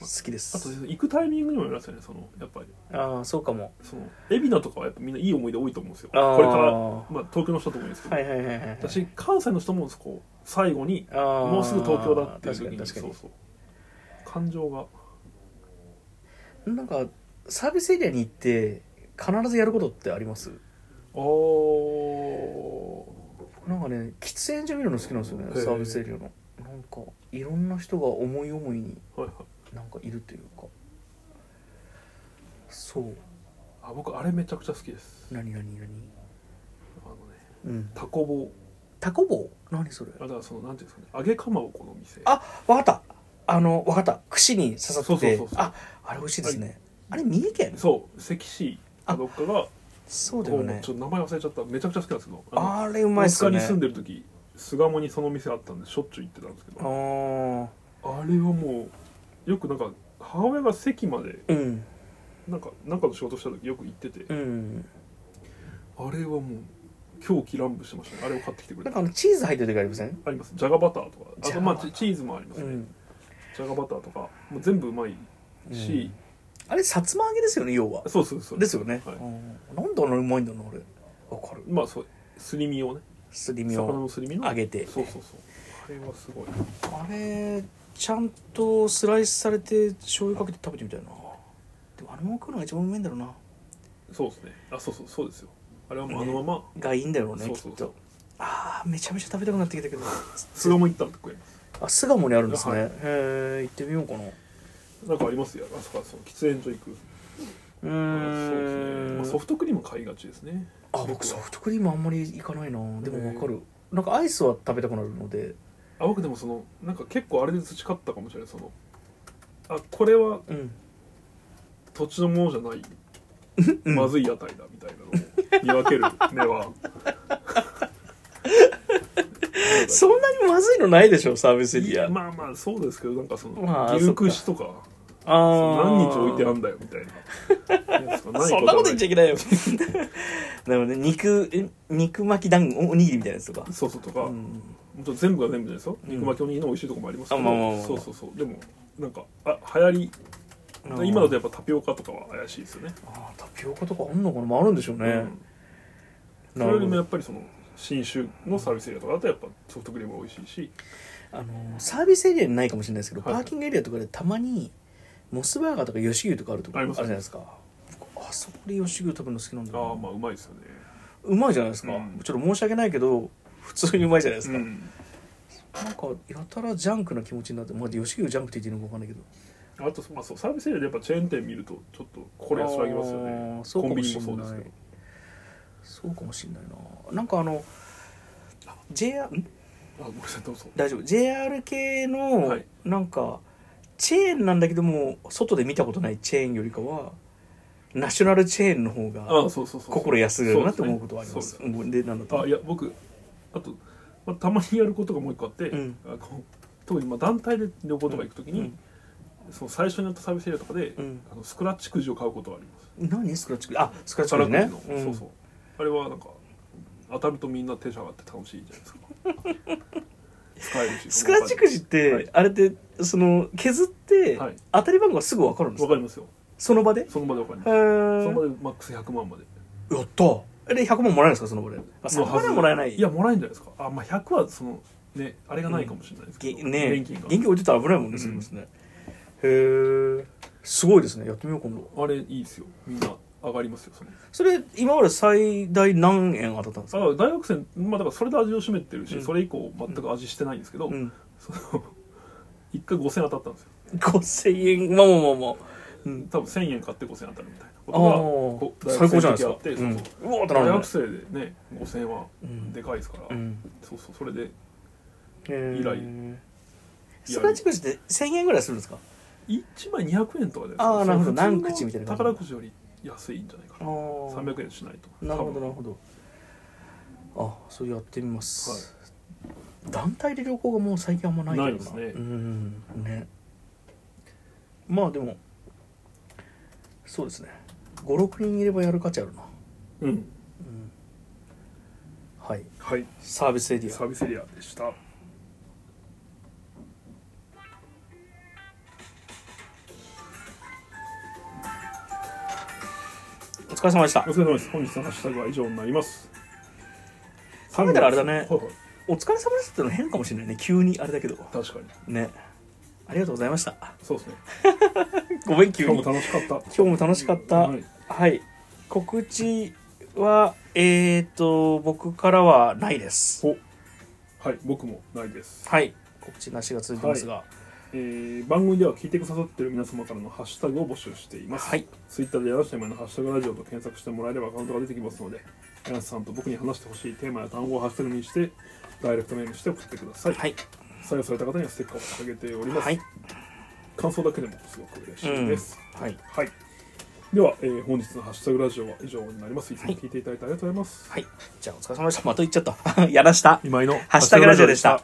S1: 好きです
S2: あと行くタイミングにもよりますよねそのやっぱり
S1: ああそうかも
S2: その海老名とかはやっぱみんないい思い出多いと思うんですよ
S1: あー
S2: これから、まあ、東京の人だと思うんですけど、
S1: はいはいはいはい
S2: 私関西の人もこう最後に
S1: も
S2: もうすぐ東京だっていう
S1: 確
S2: 時
S1: かに
S2: に
S1: 確か
S2: そ
S1: に
S2: うそう感情が
S1: なんかサービスエリアに行って必ずやることってあります
S2: お
S1: なんかね喫煙所見るの好きなんですよね
S2: へえ
S1: サービスエリアのなんかいろんな人が思い思いに
S2: ー、はいはい、
S1: なんかいるというかそう
S2: あ僕あれめちゃくちゃ好きです
S1: 何何何
S2: あのね
S1: うん
S2: タコ棒
S1: タコ棒何それ
S2: あだからそのなんていうんですかね揚げかまぼこの店
S1: あわかったあのわかった串に刺さってて
S2: そうそうそうそう
S1: ああれ美味しいですねあれ三重県
S2: そう関市かどっかが
S1: そうだ
S2: こ
S1: よ
S2: う
S1: ね
S2: ちょっと名前忘れちゃっためちゃくちゃ好きなんですけどあの
S1: あれうまいっすよ
S2: 大
S1: ね
S2: 阪に住んでる時巣鴨にその店あったんでしょっちゅう行ってたんですけ
S1: あ
S2: ど
S1: ー
S2: あれはもうよくなんか母親が関まで
S1: うん
S2: なんかなんかの仕事した時よく行ってて、
S1: うん
S2: あれはもう狂気乱舞してましたねあれを買ってきてく
S1: な
S2: れ
S1: ん
S2: た
S1: かあのチーズ入ってる時ありません
S2: ありますじゃがバターとかあ
S1: じゃ
S2: と
S1: が
S2: まあチチーズもあります
S1: う
S2: ね、
S1: ん
S2: じゃがバターとかもう全部うまいし、
S1: あれさつま揚げですよね要は
S2: そうそうそう
S1: ですよね、
S2: はい
S1: うんなんであんなにうまいんだろうなあれわかる
S2: まあそうすり身をね
S1: すり身
S2: 魚
S1: を
S2: のすり身の
S1: 揚げて
S2: そうそうそうあれはすごい
S1: あれちゃんとスライスされて醤油かけて食べてみたいなでもあのまま食うのが一番うめえんだろうな
S2: そうですねあそうそうそうですよあれはもうあのまま
S1: がいいんだろうね
S2: そう
S1: き
S2: そ
S1: っ
S2: うそう
S1: とあーめちゃめちゃ食べたくなってきたけど
S2: 巣鴨行ったら食えます
S1: あ巣鴨にあるんですね、
S2: はい
S1: へえ行ってみようかな
S2: なんかありますよあそこはその喫煙所行く
S1: う
S2: そうですね、
S1: ー
S2: ま
S1: ん
S2: あ、ソフトクリーム買いがちですね
S1: あ僕ソフトクリームあんまり行かないなでもわか
S2: へ
S1: るなんかアイスは食べたくなるので
S2: あ僕でもそのなんか結構あれで培ったかもしれないそのあこれは
S1: うん
S2: 土地のものじゃないまずい屋台だみたいなのを見分ける目は
S1: そんなにまずいのないでしょサービスエ
S2: い
S1: リア
S2: やまあまあそうですけどなんかその
S1: まあ
S2: 牛串とか
S1: あー
S2: 何日置いてあんだよみたい なやつとかない
S1: そんなこと言っちゃいけ
S2: け
S1: ないよなので肉え肉巻き団子おにぎりみたいなやつとか、
S2: そうそうと
S1: う
S2: か、も
S1: ん、
S2: うちょっと全部が全部じゃないですよ、
S1: ん
S2: 肉巻きおにぎりの美味しいとこもありますけど、
S1: あまあまあまあまあ
S2: そうそうそうでもなんかあ流行り今だとやっぱタピオカとかは怪しいですよね
S1: あータピオカとかあんのかな、まあ、あるんでしょうね、
S2: うんそ
S1: な
S2: れよ
S1: る
S2: り
S1: ほ
S2: もや
S1: ど
S2: っぱりその新州のサービスエリアとかだとやっぱソフトクリームが美味しいし
S1: あのサービスエリアにないかもしれないですけど、
S2: はいはい
S1: パーキングエリアとかでたまにモスバーガーとか吉牛とかあるとこあ
S2: あ
S1: る
S2: り
S1: じ
S2: ま
S1: ゃ
S2: す
S1: ないですか僕あそこで吉牛食べるの好きなんだ
S2: あ
S1: よ
S2: あ
S1: な
S2: まあうまいですよね
S1: うまいじゃないですか、
S2: うん
S1: ちょっと申し訳ないけど普通にうまいじゃないですか、
S2: うん
S1: なんかやたらジャンクな気持ちになって、まあ、吉牛ジャンクって言っていいのか分かんないけど
S2: あと、まあ、そうサービスエリアでやっぱチェーン店見るとちょっとこれ安らぎますよ
S1: あ
S2: ね
S1: ーそう
S2: コ
S1: か
S2: ン
S1: も
S2: ビ
S1: し
S2: ニ
S1: れ
S2: も
S1: ない
S2: そうですけど
S1: そうかもしれないななんかあの JR ん
S2: あごめんなさいどうぞ
S1: 大丈夫 JR 系の
S2: はい
S1: なんかチェーンなんだけども外で見たことないチェーンよりかはナショナルチェーンの方
S2: ああ
S1: が
S2: そうそうそう
S1: 心安らぐなって思うことはあり
S2: そ
S1: ま
S2: う
S1: す
S2: ですね
S1: うんでなんだと
S2: あ
S1: 思
S2: いうや僕あと、まあ、たまにやることがもう一個あって、
S1: うん
S2: あこう特にまあ団体で旅行とか行くときに、
S1: うん
S2: その最初にやったサービスエリアとかで、
S1: うん
S2: あのスクラッチくじを買うことがあります
S1: 何スクラッチくじあスクラッチ
S2: サ
S1: く
S2: ラ
S1: じ
S2: く
S1: ね
S2: じの、そうそうあれはなんか当たるとみんなテンション上がって楽しいじゃない ですか使えるし
S1: スクラッチくじっ
S2: は
S1: て
S2: い
S1: あれってその削って
S2: はい
S1: 当たり番号がすぐ分かるんです
S2: わ
S1: か
S2: かりますよ
S1: その場で
S2: その場でわかり
S1: へ
S2: ますそ
S1: ー
S2: の場でマックス100万まで
S1: やったで100万もらえるんですかその場であ
S2: の
S1: 3
S2: は
S1: 万
S2: ず
S1: はもらえない
S2: いやもらえるんじゃないですかあまあ100はそのねあれがないかもしれないです
S1: げ
S2: けど、
S1: ね
S2: 現
S1: 現
S2: 金が
S1: 金置いてたら危ないもんね、
S2: うん
S1: すいませんねへえすごいですねやってみよう今度
S2: あれいいですよみんな上がりますよその
S1: それ今まで最大何円当たったんです
S2: あ
S1: か
S2: 大学生まあだからそれで味を占めてるし、
S1: うん
S2: それ以降全く味してないんですけど、
S1: うん
S2: その 一回5000当たったんですよ
S1: 5000円まあまあまあまあ、うん、
S2: 多分1000円買って5000当たるみたいなこ
S1: あ
S2: とがこう
S1: あ最高じゃないです
S2: 大
S1: か
S2: 学生の時あって
S1: うん、
S2: そうそう
S1: うわーってなる
S2: 大
S1: ね
S2: 学生でね5000は
S1: うん
S2: でかいですから、
S1: うん
S2: そうそうそれで
S1: へー
S2: 以来
S1: スクラッチくじって1000円ぐらいするんですか
S2: 1枚200円とかじゃないです
S1: あーなるほど
S2: それ普通の
S1: 何口みたいな感じ
S2: 宝くじより安いんじゃないか
S1: あ
S2: な
S1: ー
S2: 300円しないと
S1: なるほ
S2: 多
S1: ど
S2: 分
S1: なるほどあそうやってみます、団体で旅行がもう最近あんまないけど
S2: ないですね
S1: うんねまあでもそうですね56人いればやる価値あるな
S2: うん
S1: はい
S2: はい
S1: サービスエリア
S2: サービスエリアでした
S1: お疲れ様でした
S2: お疲れ様です本日のハッシュタグは以上になります
S1: 考えたらあれだね
S2: はいはい
S1: お疲れ様ですっての変かもしれないね急にあれだけど
S2: 確かに
S1: ねありがとうございました
S2: そうですね
S1: ごめん急
S2: 今
S1: に
S2: 日も楽しかった
S1: 今日も楽しかった
S2: はい
S1: はい告知はえーと僕からはないです
S2: おはい僕もないです、
S1: はい告知なしが続いてますが
S2: えー番組では聞いてくださってる皆様からのハッシュタグを募集しています、
S1: はい
S2: ツイッターで「やらして前のハッシュタグラジオ」と検索してもらえればアカウントが出てきますので柳瀬さんと僕に話してほしいテーマや単語をハッシュタグにしてダイレクトメールして送ってください、
S1: はい
S2: 採用された方にはステッカーを掲げております、
S1: はい
S2: 感想だけでもすごく嬉しいです、
S1: はい
S2: はいでは、えー本日の「ハッシュタグラジオ」は以上になりますいつも聞いていただいてありがとうございます、
S1: はいじゃあお疲れ様でしたまた行っちゃった やらした
S2: 今井の「ハ
S1: ハッシュタグラジオでした